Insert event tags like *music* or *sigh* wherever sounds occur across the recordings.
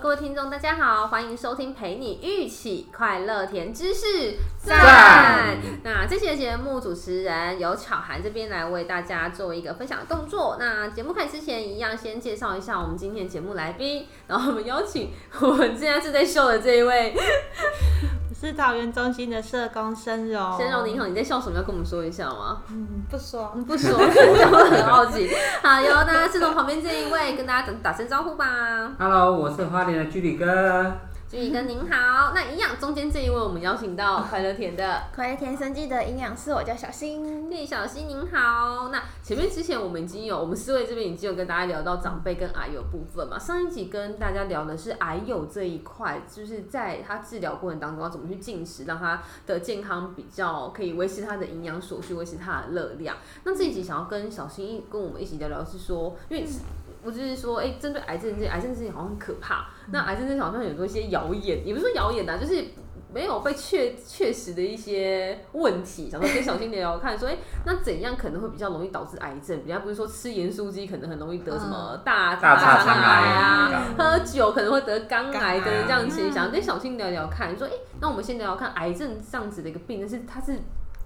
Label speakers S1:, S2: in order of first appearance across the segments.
S1: 各位听众，大家好，欢迎收听《陪你一起快乐甜知识》
S2: 赞。
S1: 那这期的节目主持人由巧涵这边来为大家做一个分享的动作。那节目开始之前，一样先介绍一下我们今天的节目来宾，然后我们邀请我们现在正在秀的这一位
S2: 我是桃园中心的社工申荣，
S1: 先荣，你好，你在笑什么？要跟我们说一下吗？ *laughs*
S2: 嗯，不说，
S1: 不
S2: *laughs*
S1: 说，我很好奇。好，由那自从旁边这一位跟大家打打声招呼吧。
S3: Hello，我是花莲的居里哥。
S1: 俊宇哥您好，那一样中间这一位我们邀请到快乐田的
S4: 快乐田生记的营养师，我叫小新。
S1: 聂小溪您好。那前面之前我们已经有，我们四位这边已经有跟大家聊到长辈跟癌友部分嘛，上一集跟大家聊的是癌友这一块，就是在他治疗过程当中要怎么去进食，让他的健康比较可以维持他的营养所需，维持他的热量。那这一集想要跟小新一跟我们一起聊聊是说，因
S2: 嗯
S1: 为。我就是说，哎、针对癌症这癌症这件好像很可怕，
S2: 嗯
S1: 那癌症这好像有多一些谣言，也不是说谣言啊，就是没有被确确实的一些问题，想说跟小新聊聊看，说，哎、那怎样可能会比较容易导致癌症？人家不是说吃盐酥鸡可能很容易得什么
S2: 嗯
S1: 大
S3: 大
S1: 肠
S3: 肠
S1: 癌啊，
S3: 癌
S1: 喝酒可能会得肝癌
S2: 肝
S1: 等
S2: 癌
S1: 等
S2: 啊
S1: 这样子，
S4: 嗯
S1: 想跟小新聊聊看，说，哎、那我们先聊聊看癌症这样子的一个病，但是它是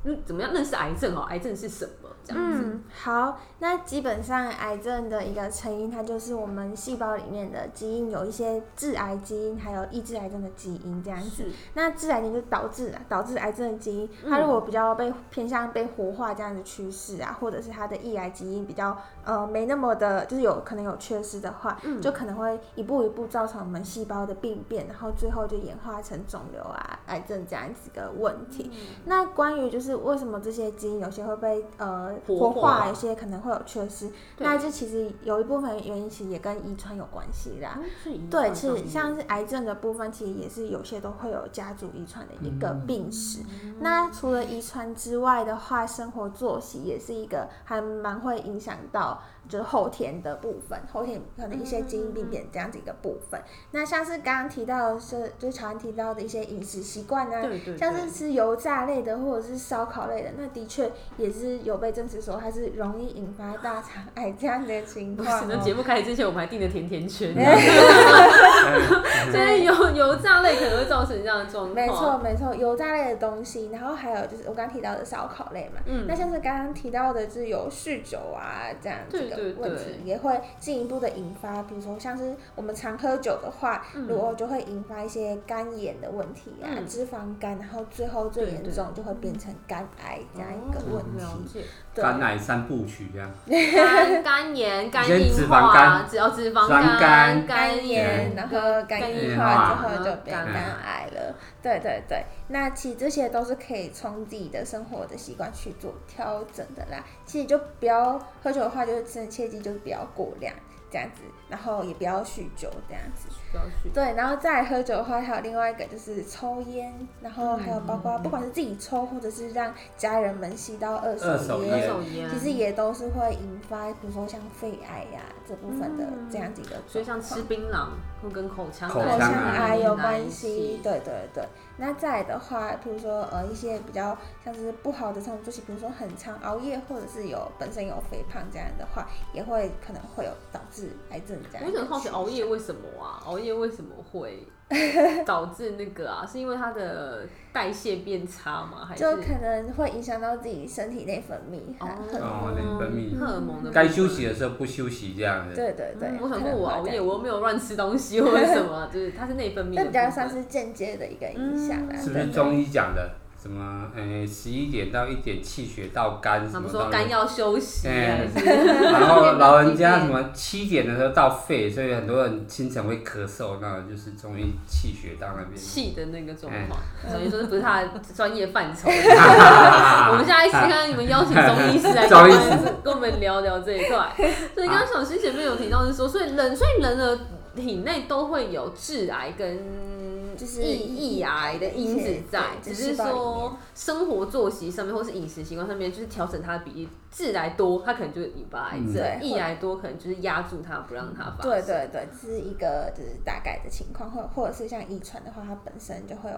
S1: 嗯怎么样认识癌症哦？癌症是什么？这样子，
S4: 嗯，好，那基本上癌症的一个成因，它就是我们细胞里面的基因有一些致癌基因，还有抑制癌症的基因这样子。
S1: 是
S4: 那致癌基因就导致导致癌症的基因，
S1: 嗯
S4: 它如果比较被偏向被活化这样的趋势啊，或者是它的抑癌基因比较呃没那么的，就是有可能有缺失的话，
S1: 嗯
S4: 就可能会一步一步造成我们细胞的病变，然后最后就演化成肿瘤啊、癌症这样子的问题。
S1: 嗯
S4: 那关于就是为什么这些基因有些会被呃
S1: 活
S4: 活
S1: 化
S4: 化，有些可能会有缺失，
S1: 对
S4: 那这其实有一部分原因其实也跟遗传有关系啦。
S1: 啊是遗
S4: 对，
S1: 传上
S4: 是
S1: 面
S4: 像是癌症的部分，其实也是有些都会有家族遗传的一个
S1: 嗯
S4: 病史。那除了遗传之外的话，生活作息也是一个还蛮会影响到就是后天的部分，后天可能一些基因
S1: 嗯
S4: 病变这样子一个部分。那像是刚刚提到的是，就是常提到的一些饮食习惯啊，
S1: 对对对
S4: 像是吃油炸类的或者是烧烤类的，那的确也是有被证实说它是容易引发大肠癌这样的情
S1: 不
S4: 况、
S1: 是，那
S4: 哦。
S1: 节目开始之前我们还定了甜甜
S3: *laughs*
S4: *laughs*
S1: 圈， *laughs*
S3: 嗯
S1: 所以油油炸类可能会造成这样的状况。哦
S4: 没错，没错，油炸类的东西，然后还有就是我刚刚提到的烧烤类嘛，
S1: 嗯
S4: 那像是刚刚提到的，就是有酗酒啊这样
S1: 对
S4: 这个
S1: 对
S4: 问题，
S1: 对
S4: 也会进一步的引发，比如说像是我们常喝酒的话，
S1: 嗯
S4: 如果就会引发一些肝炎的问题啊，
S1: 嗯
S4: 脂肪肝，然后最后最
S1: 对
S4: 严
S1: 对
S4: 重就会变成肝癌这样一个
S1: 哦
S4: 问
S1: 了
S4: 题，
S1: 解
S4: *laughs* 对。啊
S3: 肝癌三部曲这样，
S1: 肝肝炎、肝
S3: 先
S1: 硬
S3: 脂
S1: 化
S3: 肪
S1: 啊，
S3: 肝
S1: 只要脂肪
S3: 酸
S1: 肝、
S3: 肝
S4: 肝炎，然后肝硬化之后就变肝癌了。对对对，那其实这些都是可以从自己的生活的习惯去做调整的啦。其实就不要喝酒的话，就是真的切记就是不要过量这样子，然后也不要酗酒这样子。
S1: 不要去
S4: 对，然后再来喝酒的话，还有另外一个就是抽烟，然后还有包括不管是自己抽，或者是让家人们吸到二
S3: 二手
S4: 手
S3: 对
S1: 二
S4: 烟
S3: 烟。
S1: 手烟。
S4: 其实也都是会引发，比如说像肺癌呀、这部分的
S1: 嗯
S4: 这样子一个状况，
S1: 所以像吃槟榔会跟口腔
S3: 口
S4: 口
S3: 腔啊
S4: 腔癌
S3: 癌
S4: 有关系，。对对对。那再来的话，比如说呃一些比较像是不好的生活作息，比如说很常熬夜，或者是有本身有肥胖这样的话，也会可能会有导致癌症这样。
S1: 我一直很好奇熬夜。为什么啊？熬夜为什么会导致那个啊？ *laughs* 是因为它的代谢变差吗？还是
S4: 就可能会影响到自己身体内分泌和荷尔蒙
S3: 哦内分泌
S1: 荷尔蒙的部分
S3: 该休息的时候不休息这样的。
S4: 对对对，
S1: 嗯我想
S4: 可
S1: 说，
S4: 能
S1: 我
S4: 会
S1: 熬
S4: 这
S1: 夜，
S4: 样
S1: 我又没有乱吃东
S4: *laughs*
S1: 西或者什么，就是它是内分泌的
S4: 那
S1: 部分。
S4: 比较算是间接的一个影响啦。
S1: 嗯
S3: 是不是
S4: 对对
S3: 中医讲的什么？诶，十一点到一点气血到肝
S1: 他
S3: 什么
S1: 们
S3: 到
S1: 说肝要休息啊，
S3: 嗯
S1: 是不是
S3: 然后老人家什么七点的时候到肺，所以很多人清晨会咳嗽，那就是中医气血到那边。
S1: 气的那个状况，
S3: 哎
S1: 所以说这不是他的专业范畴。我们下一次看
S3: *laughs*
S1: 看你们邀请中医师来跟我
S3: 啊中医师啊
S1: 们跟我们聊聊这一块。所以刚刚小新前面有提到是说，所以人所以人的体内都会有致癌跟
S4: 就是
S1: 抑抑癌的因子在，
S4: 对
S1: 只
S4: 就是细胞里面
S1: 说生活作息上面或是饮食习惯上面，就是调整它的比例。致癌多，它可能就是引发癌
S3: 嗯
S1: 症；
S4: 对
S1: 抑癌多，可能就是压住它，不让它发生。
S4: 对对对，这是一个就是大概的情况，或或者是像遗传的话，它本身就会有，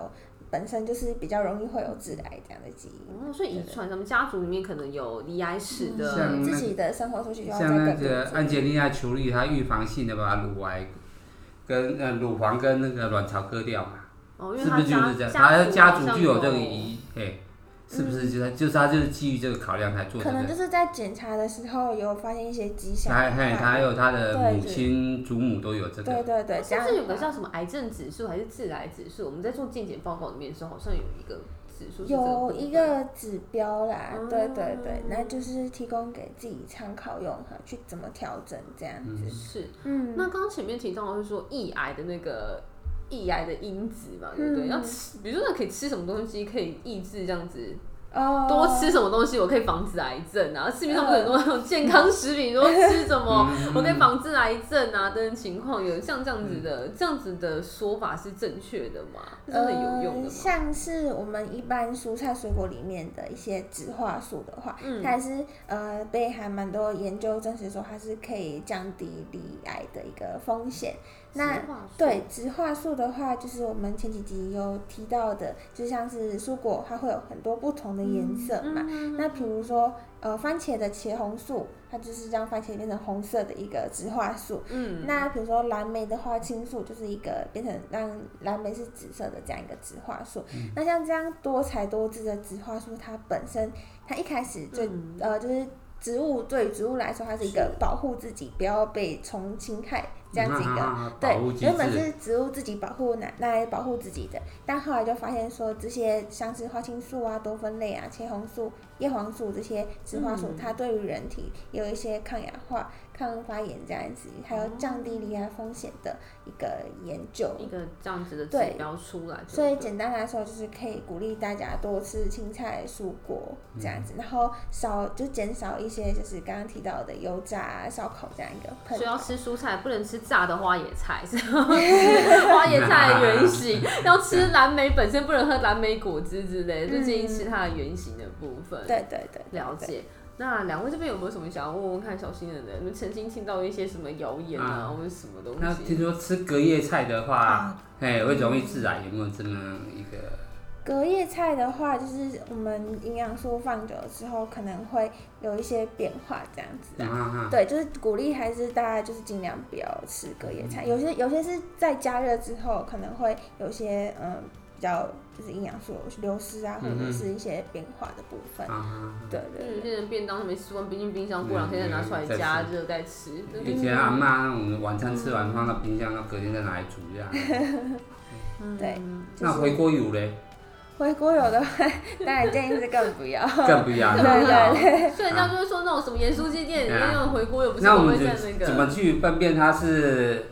S4: 本身就是比较容易会有致癌这样的基因。
S1: 哦，所以遗传，咱们家族里面可能有离癌史
S4: 嗯
S1: 的，
S3: 像
S4: 自己的生活作息就要再
S3: 像那
S4: 更多
S3: 个
S4: 注
S3: 安
S4: 意
S3: 吉丽娜·裘丽，她预防性的把乳癌跟呃乳房跟那个卵巢割掉嘛，
S1: 哦，因为
S3: 是
S1: 他
S3: 不是就是这
S1: 家
S3: 样？他的家
S1: 好
S3: 族
S1: 像
S3: 具有这个
S1: 有
S3: 遗，哎、是不是就是就是他就是基于这个考量才做
S4: 可
S3: 这
S4: 能就
S3: 个？
S4: 是在检查的时候有发现一些迹象。
S3: 他还他还有他的
S4: 对
S3: 母
S4: 对
S3: 亲、祖母都有这
S4: 对
S3: 个，
S4: 对对，这
S1: 甚
S4: 样
S1: 至有个叫什么癌症指数还是致癌指数，我们在做健检报告里面的时候，好像有一个指数是这
S4: 有
S1: 部分
S4: 一个指标啦，
S1: 嗯
S4: 对对对，那就是提供给自己参考用哈，去怎么调整这样子。
S1: 是。
S4: 嗯，
S1: 那刚刚前面提到的是说抑癌的那个抑癌的因子嘛，对不对？
S4: 嗯
S1: 要吃，比如说那可以吃什么东西可以抑制这样子，
S4: 哦，
S1: 多吃什么东西我可以防止癌症啊。市面上不是很多那种健康食品，说吃什么
S4: 嗯
S1: 我可以防治癌症啊等等情况，有像这样子的这样子的说法是正确的吗？是真的有用的
S4: 嗯呃。
S1: 吗？
S4: 像是我们一般蔬菜水果里面的一些植化素的话，
S1: 嗯
S4: 它也是呃被还蛮多研究证实说它是可以降低罹癌的一个风险。那
S1: 植化素
S4: 对植化素的话，就是我们前几集有提到的，就像是蔬果，它会有很多不同的颜色
S1: 嗯
S4: 嘛。那比如说，呃，番茄的茄红素，它就是让番茄变成红色的一个植化素。
S1: 嗯，
S4: 那比如说蓝莓的花青素，就是一个变成让蓝莓是紫色的这样一个植化素。
S1: 嗯
S4: 那像这样多才多姿的植化素，它本身它一开始最、
S1: 嗯
S4: 呃就是植物对于植物来说，它是一个保护自己不要被虫侵害这样子一个。
S3: 啊
S4: 对
S3: 保护，机
S4: 原本
S3: 制，
S4: 是植物自己保护拿拿来保护自己的，但后来就发现说，这些像是花青素啊、多酚类啊、茄红素、叶黄素这些植化素，
S1: 嗯
S4: 它对于人体有一些抗氧化、抗发炎这样子，还有降低罹癌风险的一个研究。
S3: 嗯
S1: 一个这样子的
S4: 对
S1: 指标出来，
S4: 所以
S1: 对
S4: 简单来说，就是可以鼓励大家多吃青菜、蔬果这样
S3: 嗯
S4: 子，然后少就减少一些就是刚刚提到的油炸、啊、烧烤这样一个
S1: 不对所
S4: 烹
S1: 以
S4: 调
S1: 要。吃蔬菜，不能吃炸的花野菜，是
S4: *laughs*
S1: 要吃花野菜的
S3: *laughs*
S1: 原型，要吃蓝莓本身，不能喝蓝莓果汁之类的，就建议吃它的原型的部分。，
S4: 嗯对对对，对
S1: 了。解。那两位这边有没有什么想要问问看小新人的？你们曾经听到一些什么谣言啊，
S3: 啊
S1: 或者什么东
S3: 那
S1: 西？
S3: 听说吃隔夜菜的话，哎、会容易致癌，有没有这么一个？
S4: 隔夜菜的话，就是我们营养素放久了之后，可能会有一些变化这样子
S3: 啊
S4: 啊。
S3: 啊
S4: 对，就是鼓励还是大家就是尽量不要吃隔夜
S3: 嗯
S4: 菜，有些有些是在加热之后可能会有些嗯比较就是营养素流失啊，或
S3: 嗯
S4: 者
S3: 嗯
S4: 是一些变化的部分。
S3: 啊啊！
S4: 对
S1: 嗯就
S4: 对
S1: 有
S4: 对。
S1: 些人便当没吃完，冰进冰箱，过两天再拿出来
S3: 嗯再吃嗯
S1: 加热再吃。那
S3: 以前阿妈我们晚餐吃完放到冰箱，那隔天再拿来煮这样。
S4: 对，
S3: 嗯那回锅油嘞，
S4: 回锅油的话， *laughs* 当然建议是更不要。
S3: 更不一样。
S4: 对对对。
S1: 所以人家就会说那种什么盐酥鸡店里面那种回锅油，不是
S3: 啊那
S1: 都
S3: 我
S1: 会
S3: 们
S1: 在那
S3: 就
S1: 个
S3: 怎么去分辨它是，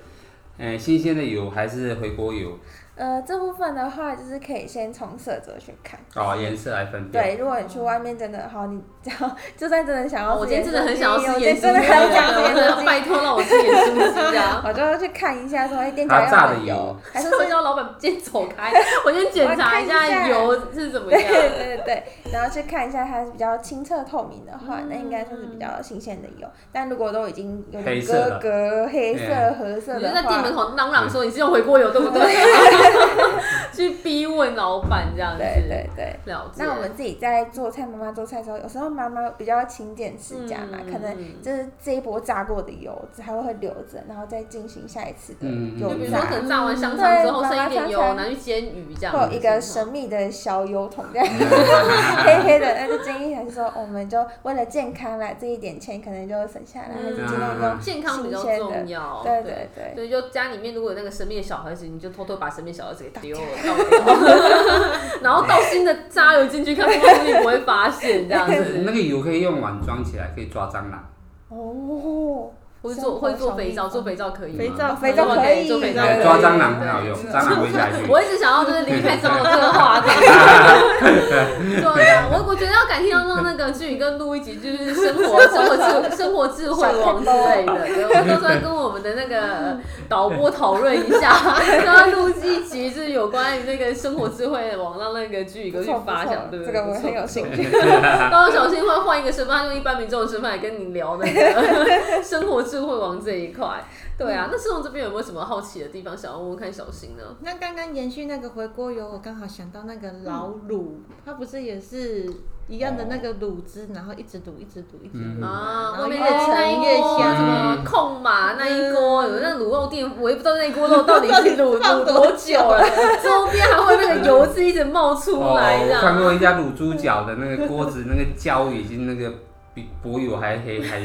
S3: 呃，新鲜的油还是回锅油？
S4: 呃，这部分的话，就是可以先从色泽去看。
S3: 哦，颜色来分辨。
S4: 对，如果你去外面真的好，你只要就算真的想要
S1: 哦
S4: 吃，
S1: 我今天真的很想要吃
S4: 我今
S1: 盐
S4: 天
S1: 酥
S4: 真的
S1: 鸡，
S4: 很想吃盐酥
S1: 啊 *laughs* 拜
S4: 鸡，
S1: 托让我吃盐酥鸡这
S4: *laughs*
S1: 样。
S4: 我就要去看一下说，哎，店
S3: 它
S4: 家
S3: 炸
S4: 要
S3: 的
S4: 有
S3: 油
S4: 油，还是
S1: *laughs* 我
S4: 说
S1: 叫老板先走开，我先检查一
S4: 我看一
S1: 下
S4: 下
S1: 油是怎么
S4: 对
S1: 样。
S4: 对对对，然后去看一下它是比较清澈透明的
S1: 嗯
S4: 话，那应该算是比较新鲜的油。但如果都已经有
S3: 黑
S4: 点
S3: 色
S4: 哥
S3: 的
S4: 哥、黑色、
S3: 嗯
S4: 褐色
S1: 你就
S4: 的
S1: 在店
S4: 话
S1: 门，口嚷嚷说你是用回锅油对不对？ *laughs* 去逼问老板这样子。
S4: 对对对。
S1: 了解。
S4: 那我们自己在做菜，妈妈做菜的时候，有时候妈妈比较勤俭持家嘛，
S1: 嗯
S4: 可能就是这一波炸过的油，还会留着，然后再进行下一次的
S3: 嗯
S4: 油
S1: 就比如说
S4: 炸。嗯
S1: 可能炸完香肠之后
S4: 对
S1: 剩一点油
S4: 妈妈常常
S1: 拿去煎鱼这样
S4: 会
S1: 子。
S4: 有一个神秘的小油桶，
S1: *laughs*
S4: 这样
S3: 嗯
S4: 黑黑的，那就建议还是说，我们就为了健康啦，这一点钱可能就省下来，
S1: 嗯
S4: 还是尽量用
S1: 健康比较
S4: 新鲜的
S1: 重要。
S4: 对对对，
S1: 所以就家里面如果有那个神秘的小盒子，你就偷偷把神秘小盒子给丢了， *laughs* 然后倒新的渣油进去，看会不会不会发现这样
S3: *laughs* 那
S1: 子。
S3: 个油可以用碗装起来，可以抓蟑螂。
S4: 哦，
S1: 会做会做肥皂，做肥皂可以吗？
S2: 肥皂
S4: 肥皂
S1: 做
S4: 可以
S1: 做肥皂可
S3: 对，
S4: 对
S1: 以
S3: 嗯哎抓蟑螂很好用，蟑螂会下
S1: *laughs*
S3: 去。哦
S1: 我一直想要就是离开张的这个话题。对啊，我我觉得要改天要让那个俊宇跟录一集，就是生活生活智生活智慧王之类的。对，我们到时候再跟我们的那个导播讨论一下，然后录一集就是有关于那个生活智慧王，让那个俊宇哥
S4: 不
S1: 去
S4: 错不
S1: 发
S4: 错
S1: 想，，对不
S4: 这
S1: 对？
S4: 个我很有
S1: 不错
S4: 兴趣。
S1: 到时候小新会换一个身份，他用一般民众的身份来跟你聊那个生活智慧王这一块。对
S4: 嗯
S1: 啊，那世龙这边有没有什么好奇的地方想要问问看小新呢？
S2: 那刚刚延续那个回锅油，我刚好想到那个老
S3: 嗯
S2: 卤，它不是也是一样的那个卤汁，然后一直卤，一直卤，一直卤
S3: 嗯
S2: 嘛，
S1: 啊，
S2: 然
S1: 外
S2: 后
S1: 面
S2: 越
S1: 的
S2: 沉
S1: 那一
S2: 越
S1: 锅什
S2: 香。
S1: 么控马那一锅，有那卤肉店微不知道那锅肉到底是
S3: 哦
S1: 卤
S2: 到
S1: 卤多
S2: 底多
S1: 久
S2: 久
S1: 了
S2: 了，
S1: 周边还会那个油脂一直冒出
S3: 哦，
S1: 来这
S3: 我看
S1: 样。
S3: 过一家卤猪脚的那个锅子，那个胶已经那个比薄油还黑还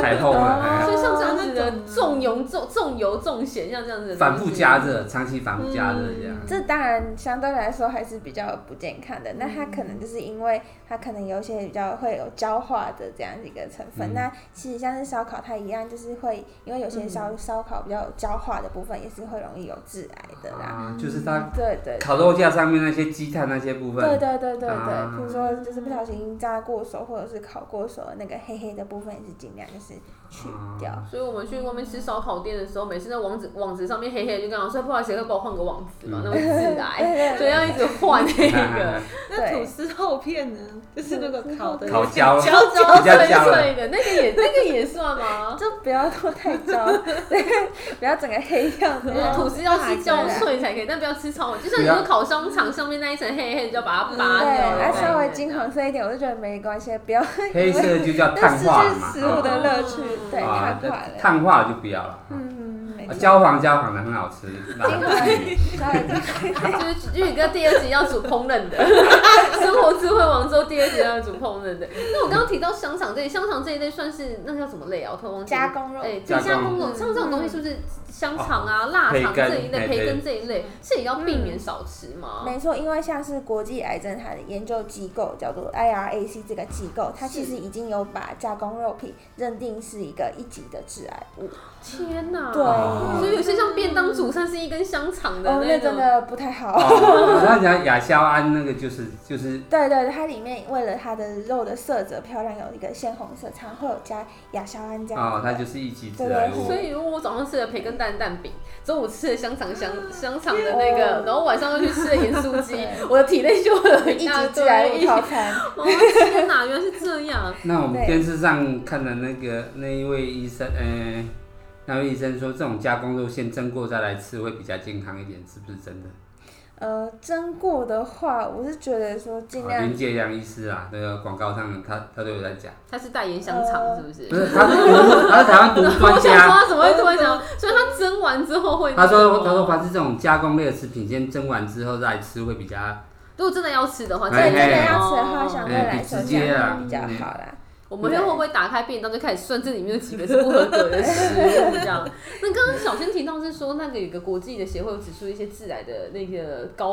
S3: 还厚了，
S4: 哦
S3: 哎
S1: 所以像这样子
S2: 啊那
S1: 的
S2: 种
S1: 重油重重油重咸，像这样子的
S3: 反复加
S1: 东西，
S3: 热，长期反复加热这
S1: 嗯
S3: 样。
S4: 这当然相对来说还是比较不健康的。那它
S3: 嗯
S4: 可能就是因为它可能有一些比较会有焦化的这样的一个成分。
S3: 嗯
S4: 那其实像是烧烤，它一样就是会因为有些
S3: 嗯
S4: 烧、烧烤比较有焦化的部分，也是会容易有致癌的啦。
S3: 啊，就是它
S4: 对对
S3: 烤肉架上面那些鸡蛋那些部
S4: 对
S3: 分，
S4: 对对对对，
S3: 啊
S4: 比如说就是不小心炸过熟或者是烤过熟的那个黑黑的部分，也是尽量就是去掉。
S3: 啊
S1: 所以我们去外面吃烧烤店的时候，每次那网子网子上面黑黑的，就跟他说不好意思，可以帮我换个网子嘛，
S3: 嗯
S1: 那会致癌，所以要一直换那
S3: 哎
S1: 个
S3: *laughs*
S2: 那吐司厚片呢？就是那个烤的
S3: 烤焦了
S2: 焦焦
S3: 比较
S1: 脆
S3: 焦了。
S1: 脆的那个也那个也算吗？
S4: 就不要做太焦， *laughs* 对，不要整个黑
S1: *laughs*
S4: 掉。这样
S1: 吐司要吃焦脆才可以，但不要吃超就像你说烤香肠上面那一层黑黑的，就要把它扒
S4: 嗯对，
S1: 掉。啊
S4: 它稍微金黄色一点，我就觉得没关系，不要
S3: 黑色就叫
S4: 那
S3: 碳
S4: 失
S3: 化了
S4: 去
S3: 嘛，
S4: 食物的乐趣，嗯对，
S3: 啊
S4: 碳化
S3: 啊
S4: 了。
S3: 碳化就不要了。
S4: 嗯，没
S3: 啊
S4: 错。
S3: 焦黄焦黄的很好吃，辣
S4: 金
S3: 的
S4: 黄稍微
S1: 就是玉哥第二集要煮烹饪的，
S4: *laughs*
S1: 生活智慧王之后第二集要煮烹饪的。那我刚刚提到香肠这一香肠这一类算是那叫什么类啊？我突然忘记了。
S4: 加工肉，
S1: 哎，
S3: 加
S1: 对
S3: 工
S1: 加工肉，像这种东西是不是香肠啊、腊肠这一类、
S3: 培根
S1: 培根这一类，是也要避免少吃吗？
S4: 没错，因为像是国际癌症它的研究机构叫做 IRAC 这个机构，它其
S1: 是
S4: 实已经有把加工肉品认定是一个一级的致癌物。
S1: 天哪！
S4: 对，
S3: 哦
S1: 所以有些像便当主餐是一根香肠的
S4: 哦，那
S1: 种
S4: 真。的不太好。 *laughs*
S3: 哦，我刚才讲亚硝胺那个就是就是
S4: 对对，它里面为了它的肉的色泽漂亮，有一个鲜红色，常会有加亚硝胺这样子的。
S3: 哦，它就是一级致癌物
S1: 所。以如果我早上吃了培根蛋蛋饼，中午吃了香肠香香肠的那个，然后晚上又去吃了盐酥鸡，我的体内就会有
S4: *laughs* 一
S1: 大
S4: 级
S1: 堆
S4: 致癌
S1: *laughs*
S4: 物套餐。
S1: 哦，天哪，原来是这样。
S3: 那我们
S4: 对
S3: 电视上看的那个那一位医生，呃，那位医生说这种加工肉先蒸过再来吃会比较健康一点，是不是真的？
S4: 呃，蒸过的话，我是觉得说尽
S3: 啊，
S4: 量
S3: 林杰良医师啊，那个广告上他他都有在
S4: *laughs*
S3: 讲，
S1: 他是代言香肠是不
S3: 不
S1: 是？
S3: 是他是毒，他是台湾毒呃
S1: *laughs*
S3: 专
S1: 我想说
S3: 家。
S1: 他怎么会突然想，所以他蒸完之后会。
S3: 他说：“他说，把这种加工类的食品先蒸完之后再来吃会比较，
S4: 呃
S1: 如果真的要吃的话，
S4: 对，真的
S3: 哎
S4: 要吃的话，相对
S3: 哎
S4: 来
S3: 比
S4: 说
S3: 直
S4: 这
S3: 接
S4: 样
S3: 啊
S4: 会比较
S3: 嗯
S4: 好啦。
S1: 我们会不会打开便当就开始算这里面有几个是不合格的食物这
S4: *laughs*
S1: 样？那刚刚小仙提到是说那个有个国际的协会有指出一些致癌的那个高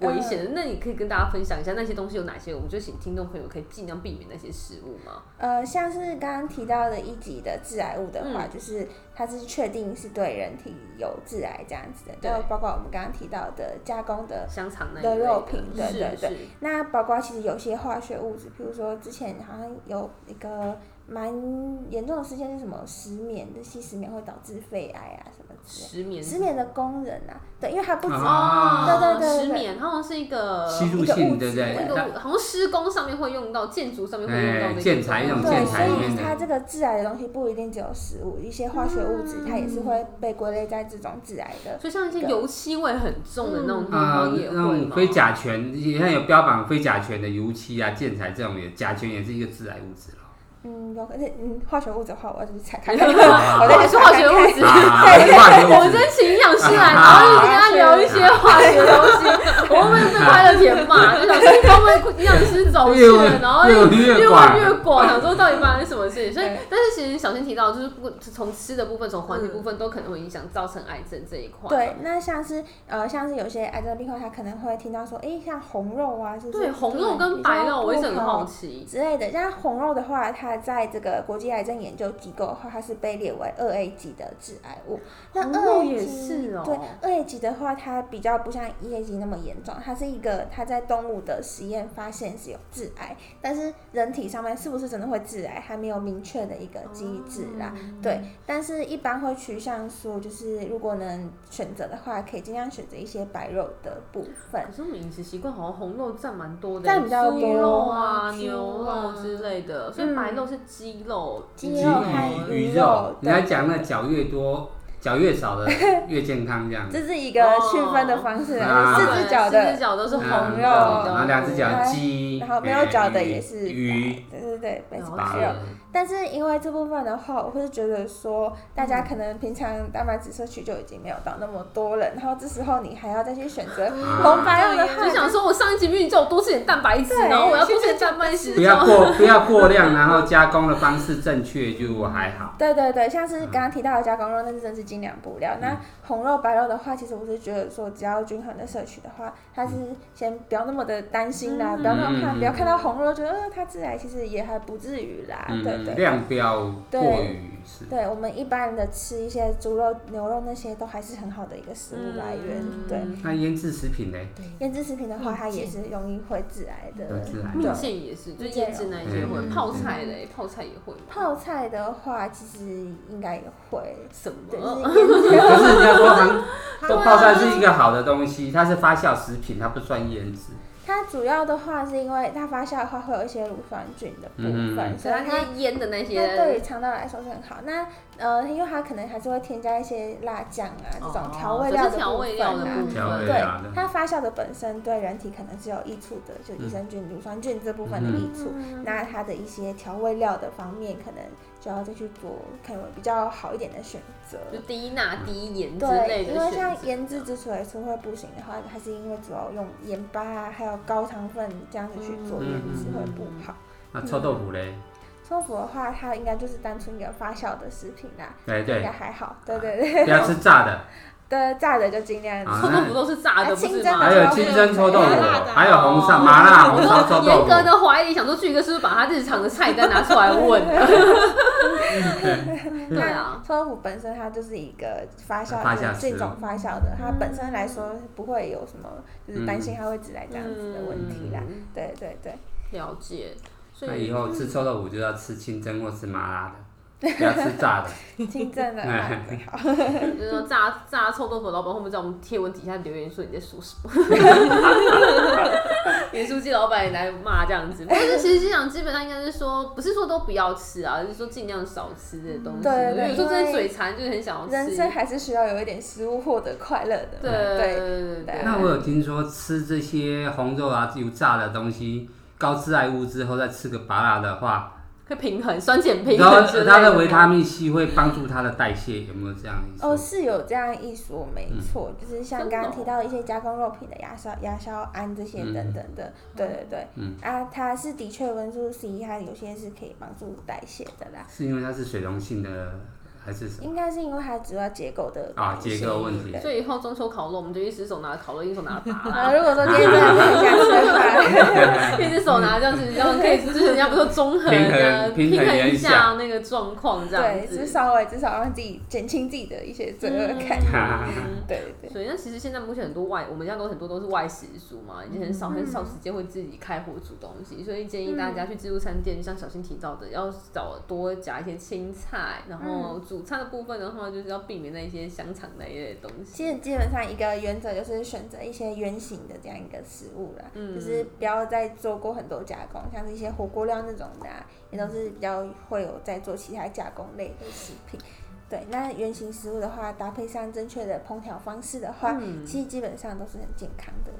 S1: 危险的，
S4: 嗯
S1: 那你可以跟大家分享一下那些东西有哪些？我们就请听众朋友可以尽量避免那些食物嘛。
S4: 呃，像是刚刚提到的一级的致癌物的
S1: 嗯
S4: 话，就是它是确定是对人体有致癌这样子的，
S1: 对
S4: 就包括我们刚刚提到的加工的。
S1: 香肠那一
S4: 的
S1: 类
S4: 肉品对
S1: 是
S4: 对对
S1: 是
S4: 那包括其实有些化学物质，比如说之前好像有一个蛮严重的事件是什么石棉，就吸石棉会导致肺癌啊什么之类
S1: 失眠
S4: 的。石棉的工人啊，对，因为它不止
S3: 啊
S4: 对对对对
S1: 失眠它好像是一个
S3: 吸入
S4: 一个
S3: 性，
S4: 物
S3: 对不
S4: 质
S3: 对
S1: 那？
S3: 它
S1: 个好像施工上面会用到，建筑上面会用到的
S3: 哎
S1: 一，个
S3: 建材一种
S1: 东西
S4: 对，
S3: 建
S4: 所
S3: 材里
S4: 以
S3: 面
S4: 它
S3: 的，
S4: 这个致癌的东西不一定只有食物，一些化学物质它也
S1: 嗯
S4: 是会被归类在这种致癌的。
S1: 所以像一些油漆味很重的那
S4: 嗯
S1: 种地
S3: 啊、
S1: 方也会
S3: 那种
S1: 吗？
S3: 非甲醛，你看有标榜非甲醛的油漆啊、建材这种也，甲醛也是一个致癌物质
S4: *laughs*
S3: 了。
S4: 嗯，有可能嗯，化学物质的话，我要去
S1: *laughs*
S4: 查看看。我再
S1: 还
S4: 去
S1: 是啊化
S4: 查看
S1: 学
S4: 看。
S1: 物质。
S3: 啊，化学
S1: 哎我
S3: 物
S1: 们
S3: 质
S1: 真。请营养师来，然后一直跟他聊一些化学的东西，我会不会被快乐填骂？就想说会不会营养师走去了，然后
S3: 越越
S1: 越
S3: 广
S1: 问越广，想说到底发生什么事情？所以
S4: 对，
S1: 但是其实小新提到，就是不从吃的部分，从环境部分都可能会影响造成癌症这一块。
S4: 对，那像是呃，像是有些癌症的病患，他可能会听到说，诶，像红肉啊，是不是？
S1: 对，红肉跟白肉，我一直很好奇。
S4: 之类的。像红肉的话，它在这个国际癌症研究机构的话，它是被列为二 A 级的致癌物。那
S1: 红
S4: 二
S1: 肉
S4: A
S1: 哦也
S4: 级
S1: 是哦
S4: 对二 A 级的话，它比较不像一 A 级那么严重，它是一个它在动物的实验发现是有致癌，但是人体上面是不是真的会致癌，还没有明确的一个机制啦。
S1: 哦
S4: 对，但是一般会趋向说，就是如果能选择的话，可以尽量选择一些白肉的部分
S1: 可。是我们饮食习惯好像红肉占蛮多的，
S4: 占比较多
S1: 猪肉啊、
S2: 猪啊
S1: 牛肉之类的，所以
S4: 嗯
S1: 白肉是鸡肉，
S4: 鸡肉和
S3: 鱼
S4: 鱼
S3: 肉
S4: 肉，
S3: 你
S4: 对
S3: 还讲那脚越多，脚越少的越健康这样子。
S4: 这是一个区分的方式，
S3: 哦
S4: 四只脚
S1: 哦四
S4: 的
S1: 只，脚都是红
S3: 嗯
S1: 肉，
S3: 然后两只脚
S4: 然后
S3: 鸡，
S4: 然后没有脚的
S3: 哎
S4: 也是
S3: 鱼，
S4: 对对对，没
S1: 了
S4: 错，
S3: 八
S1: 解
S4: 没有。但是因为这部分的话，我会觉得说，大家可能平常蛋白质摄取就已经没有到那么多了，然后这时候你还要再去选择红白肉的话，
S1: 就想说，我上一集明明叫我多吃点蛋白质，
S4: 对
S1: 然后我要多吃点蛋白质，
S3: 不要过不要过量，然后加工的方式正确就还好。
S4: 对对对，像是刚刚提到的加工肉，那是真是精良布料。那红肉、白肉的话，其实我是觉得说，只要均衡的摄取的话，它是先不要那么的担心啦，
S1: 嗯
S4: 不要那么怕，
S3: 嗯
S4: 不要看到红肉觉得呃它致癌，其实也还不至于啦。对
S3: 嗯，
S4: 对
S3: 量不要过于是。
S4: 对，我们一般的吃一些猪肉、牛肉那些，都还是很好的一个食物来源。
S1: 嗯
S4: 对，
S3: 那腌制食
S4: *laughs*
S3: 品呢？
S4: 腌制食品的话，它也是容易会致癌的。
S3: 会致癌
S1: 木
S4: 对
S1: 剑也是，就腌制那一些会，
S3: 嗯
S1: 泡菜嘞，泡菜也会吗，
S4: 泡菜的话，其实应该也会。
S1: 什么哦
S4: 对，？就是 *laughs* 腌
S3: 可是人家说
S4: *laughs*
S3: 韩
S2: 对
S3: 都
S2: 啊
S3: 泡菜是一个好的东西，它是发酵食品，它不算腌制。
S4: 它主要的话是因为它发酵的话会有一些乳酸菌的部分，
S3: 嗯
S4: 所
S1: 所
S4: 以
S1: 以
S4: 它
S1: 它腌的那
S4: 它对于
S1: 些
S4: 肠道来说是很好。那呃，因为它可能还是会添加一些辣酱啊这
S1: 哦
S4: 种调味料
S1: 就是调味料的
S4: 部
S1: 部
S4: 分啊。
S3: 调味
S1: 分，
S3: 料
S4: 对
S3: 啊对，
S4: 它发酵的本身对人体可能是有益处的，就益生菌、乳酸菌这部分的益处。那它的一些调味料的方面，可能就要再去做，可能比较好一点的选择。
S1: 就低钠、低盐之
S4: 对，
S1: 类的选
S4: 因
S1: 择。
S4: 为像腌制之所以出会不行的话，它是因为主要用盐巴啊，还有高糖分这样子去做腌制会不好。
S3: 那臭豆腐
S4: 嗯
S3: 嘞？
S4: 豆腐的话，它应该就是单纯一个发酵的食品啦，
S3: 对
S4: 应
S3: 哎对
S4: 该，还好。对对对，
S3: 不要吃炸的，
S4: *laughs* 对炸的就尽量
S3: 啊
S1: 臭豆腐都是炸哦的，不是
S4: 啊
S1: 吗？
S3: 还有清蒸臭豆
S2: 麻
S3: 腐
S2: 辣的，啊
S3: *laughs* 还有红烧麻辣红烧臭豆
S4: *laughs*
S1: 严格
S3: 腐。
S1: 的怀疑，想说俊哥是不是把他日常的菜单拿出来问？*laughs*
S4: *laughs*
S3: *laughs*
S1: 对啊，
S4: 臭豆腐本身它就是一个发酵
S3: 发酵食物
S4: 菌种发酵的，它
S1: 嗯
S4: 本身来说不会有什么就是担
S3: 嗯
S4: 心它会致癌这样子的问题啦。
S1: 嗯
S4: 对对对，
S1: 了解。所
S3: 那
S1: 以
S3: 以后吃臭豆腐就要吃清蒸或吃麻辣的，
S4: *laughs*
S3: 不要吃炸的。
S4: 清
S3: *laughs*
S4: 蒸的话最好。
S1: 就是说炸炸臭豆腐，老板会不会在我们贴文底下留言说你在说什么？ *laughs* 盐书记老板也来骂这样子，但是其实这样基本上应该是说，不是说都不要吃啊，而是说尽量少吃这些东西。
S4: 对对
S1: 有时候真
S4: 因
S1: 的
S4: 为
S1: 嘴馋，嗯就是很想要
S4: 人
S1: 吃。
S4: 生还是需要有一点食物获得快乐的嘛。
S1: 对
S4: 对啊
S1: 对对
S3: 那我有听说吃这些红肉啊、油炸的东西，高致癌物之后再吃个麻辣的话，
S1: 会平衡酸碱平
S3: 然后
S1: 衡之类
S3: 它的维
S1: 吗
S3: 他命 C 会帮助它的代谢，有没有这样的意思？
S4: 哦，是有这样一说，没
S3: 嗯
S4: 错，就是像
S1: 真
S4: 刚刚
S1: 的
S4: 提
S1: 哦
S4: 到一些加工肉品的亚硝亚硝胺这些等
S3: 嗯
S4: 等的，对对对，
S3: 嗯
S4: 啊，它是的确温素 C，它有些是可以帮助代谢的啦，
S3: 是因为它是水溶性的，还是什么？
S4: 应该是因为它主要结构的
S3: 啊
S4: 关系
S3: 结构问题
S4: 对
S1: 所以以后中秋烤肉，我们就一只手拿着烤肉，一只手拿着拔
S4: *laughs* 啊，
S1: 啦，
S4: 如果说今天真的很想吃的话，
S1: *laughs* 一
S3: *laughs*
S1: 只手拿这样子，这样可以，就是人家不是说中和的
S3: 平衡平衡
S1: 衡
S3: 一
S1: 一
S3: 下
S1: 下那个状况这样
S4: 对，
S1: 子。
S4: 至少微至少让自己减轻自己的一些罪恶
S3: *laughs*
S4: 感，
S1: 嗯
S4: 对对对。
S1: 所以那其实现在目前很多外，我们家都很多都是外食族嘛，已经很少很少时间会自己开火煮东西，所以建议大家去自助餐店，就像小新提到的，要找多夹一些青菜，然后主餐的部分的话，就是要避免那一些香肠那一类的东
S4: 其
S1: 西。
S4: 实基本上一个原则就是选择一些圆形的这样一个食物啦，
S1: 嗯
S4: 就是不要再做过很多加工，像是一些火锅料那种的、啊，也都是比较会有在做其他加工类的食品。对，那圆形食物的话，搭配上正确的烹调方式的话，
S1: 嗯
S4: 其实基本上都是很健康的。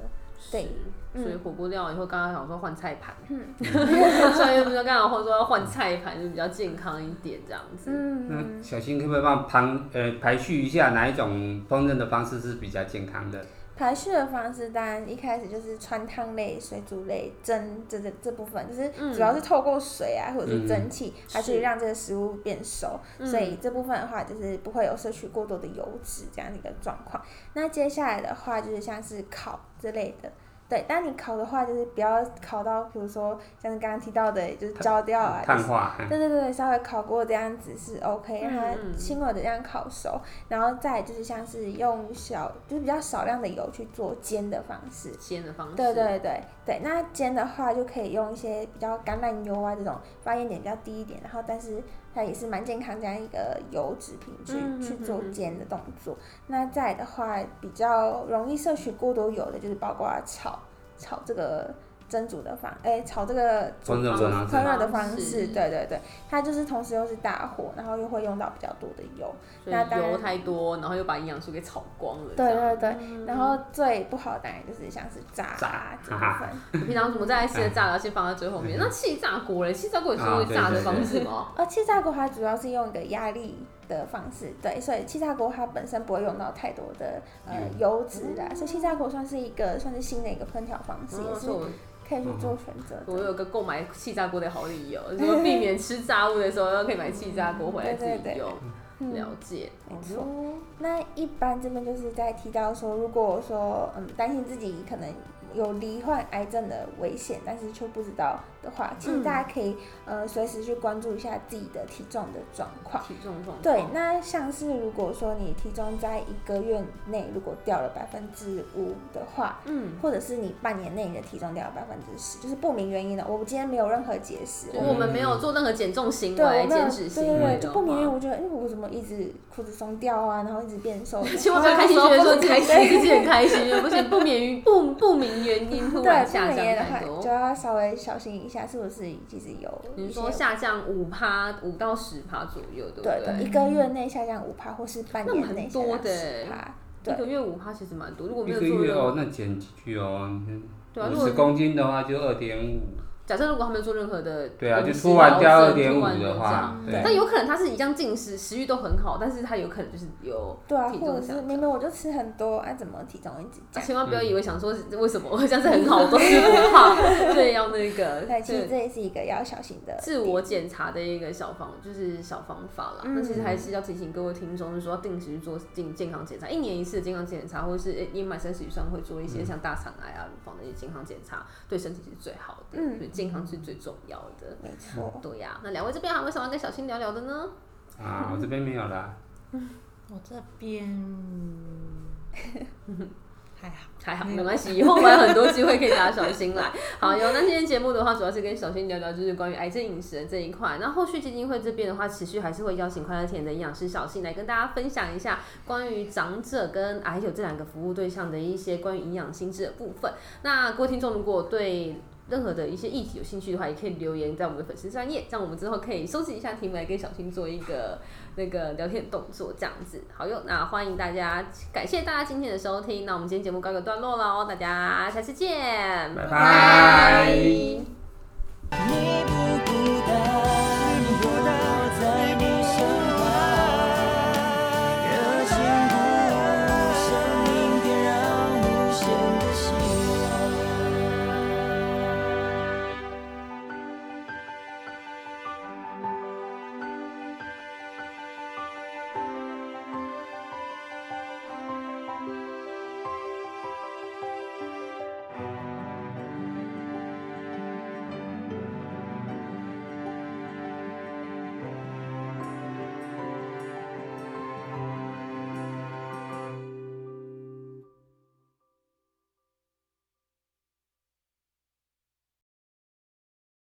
S4: 对
S1: 是，
S4: 嗯
S1: 所以火锅料以后刚刚想说换菜盘， *laughs* 所以说刚刚或者说要换菜盘就比较健康一点这样子。
S3: 那
S4: 嗯，
S3: 小新可不可以帮我旁呃排序一下哪一种烹饪的方式是比较健康的？
S4: 排序的方式当然一开始就是川汤类、水煮类、蒸这这这部分，就是
S1: 嗯
S4: 主要是透过水啊或者是
S3: 嗯
S4: 蒸汽，它去
S1: 是
S4: 让这个食物变熟。
S1: 嗯
S4: 所以这部分的话，就是不会有摄取过多的油脂这样的一个状况。那接下来的话，就是像是烤之类的，对。但你烤的话，就是不要烤到，比如说像是刚刚提到的，就是焦掉啊，就
S3: 碳
S4: 是
S3: 化，嗯
S4: 对对对，稍微烤过这样子是 OK，让它
S1: 嗯嗯
S4: 轻微的这样烤熟，然后再就是像是用小，就是比较少量的油去做煎的方式，
S1: 煎的方式，
S4: 对对对对，那煎的话就可以用一些比较橄榄油啊这种发烟点比较低一点，然后但是它也是蛮健康这样一个油脂品去、
S1: 嗯嗯
S4: 去
S1: 嗯
S4: 做
S1: 嗯
S4: 煎的动作。那再来的话，比较容易摄取过多油的就是包括炒炒这个蒸煮的方，哎、炒这个
S3: 光这种
S1: 方
S3: 做哪
S1: 式
S3: 子
S4: 烹饪的方
S1: 方式
S4: 式，对对对，它就是同时又是大火，然后又会用到比较多的油，
S1: 所
S4: 那当
S1: 以
S4: 然
S1: 油太多，然后又把营养素给炒光了。
S4: 对
S1: 这样
S4: 对
S1: 嗯
S4: 对，然后最不好的当然就是像是炸啊
S3: 炸
S4: 这部分，
S1: 我平常怎么在吃的炸料先放在最后面？那气炸锅嘞，气炸锅也是会炸的方式吗？
S4: 而气炸锅它主要是用一个压力的方式，对，所以气炸锅它本身不会用到太多的呃
S3: 嗯
S4: 油脂啦，所以气炸锅算是一个算是新的一个烹调方式，也
S1: 嗯
S4: 是
S1: 所以我
S4: 可以去做选择的。
S1: 我有个购买气炸锅的好理由，就是说避免吃炸物的时候可以买气炸锅回来自
S4: 对对
S1: 己
S4: 对
S1: 用。
S4: 嗯
S1: 了解，
S4: 没错。哦那一般这边就是在提到说，如果说嗯担心自己可能有罹患癌症的危险，但是却不知道的话，其实大家可以、呃随时去关注一下自己的体重的状况。
S1: 体重状况。
S4: 嗯对，那像是如果说你体重在一个月内如果掉了百分之五的话，
S1: 嗯，
S4: 或者是你半年内你的体重掉了百分之十，就是不明原因的，我今天没有任何节食，
S1: 就是我们没
S3: 嗯
S1: 有做任何减重行
S4: 对，我
S1: 为、
S4: 没有，
S1: 减
S4: 对
S1: 脂
S4: 对
S1: 行为
S4: 对，就
S1: 的
S4: 不明显，
S1: 话，，
S4: 我觉得，哎、我怎么一直裤子松掉啊，然后一直变瘦
S1: *laughs* 千万不要开心觉得说自己开心， *laughs* 自己很开
S4: *laughs*
S1: 心，不行，不免于不不明原因突然
S4: 对，不
S1: 下
S4: 明
S1: 降
S4: 显的
S1: 太
S4: 话，
S1: 多
S4: 就。要稍微小心一下，是不是其实有
S1: 你
S4: 一
S1: 说
S4: 些。
S1: 下降五趴，五到十趴左右，对不
S4: 对
S1: 对
S4: 对，一个月内下降五趴，或是半
S1: 那
S4: 年
S1: 蛮
S4: 内下
S1: 多
S4: 降
S1: 的
S4: 十
S1: 欸
S4: 趴，
S1: 一个月五趴其实蛮多，如果没
S3: 一
S1: 有
S3: 个
S1: 做
S3: 月
S1: 任
S3: 哦
S1: 何，，
S3: 那减几句哦，
S1: 对啊，如
S3: 五
S1: 果
S3: 十公斤的话就二点五，
S1: 假设如果他们做任何的
S3: 对啊，就
S1: 饮食
S3: 突
S1: 调
S3: 然掉二
S1: 整
S3: 点
S1: 突
S3: 五
S1: 然
S3: 的
S1: 就这样
S3: 话，对
S1: 那有可能他是一样进食，食欲都很好，但是他有可能就是有
S4: 对啊，
S1: 体
S4: 或
S1: 重
S4: 者
S1: 下
S4: 是
S1: 降。
S4: 明明我就吃很多，啊，怎么体重一直
S1: 啊
S4: 降？
S1: 千万不要
S3: 嗯
S1: 以为想说是为什么我这样子很好，我都吃不
S4: *laughs*
S1: 胖，对，要那个
S4: 对，其实
S1: 对
S4: 这也是一个要小心的
S1: 自我检查的一个小方，就是小方法啦。那其实
S4: 嗯
S1: 还是要提醒各位听众，就是说要定时做健健康检查，一年一次的健康检查，或者是诶你满三十以上会做一
S4: 嗯
S1: 些像大肠癌啊、乳房的一些健康检查，对身体是最好的，
S4: 嗯
S1: 对健康是最重要的。
S4: 没错。
S1: 对呀、那两位这边还有没有想要跟小新聊聊的呢？
S3: 啊，我这边没有啦，
S2: 我这边嗯 *laughs* 还好。
S1: 还好，没关系，以后我还有很多机会可以打小新来。好有，那今天节目的话，主要是跟小新聊聊就是关于癌症饮食的这一块。那后续基金会这边的话，持续还是会邀请快乐田的营养师小新来跟大家分享一下关于长者跟癌友这两个服务对象的一些关于营养心智的部分。那各位听众如果对任何的一些议题有兴趣的话，也可以留言在我们的粉丝专业，这样我们之后可以收集一下题目来跟小新做一个那个聊天动作，这样子好用。那欢迎大家，感谢大家今天的收听，那我们今天节目告一个段落
S3: *laughs*
S1: 喽，大家下次见，
S3: 拜拜。
S1: 嗯拜
S5: 你不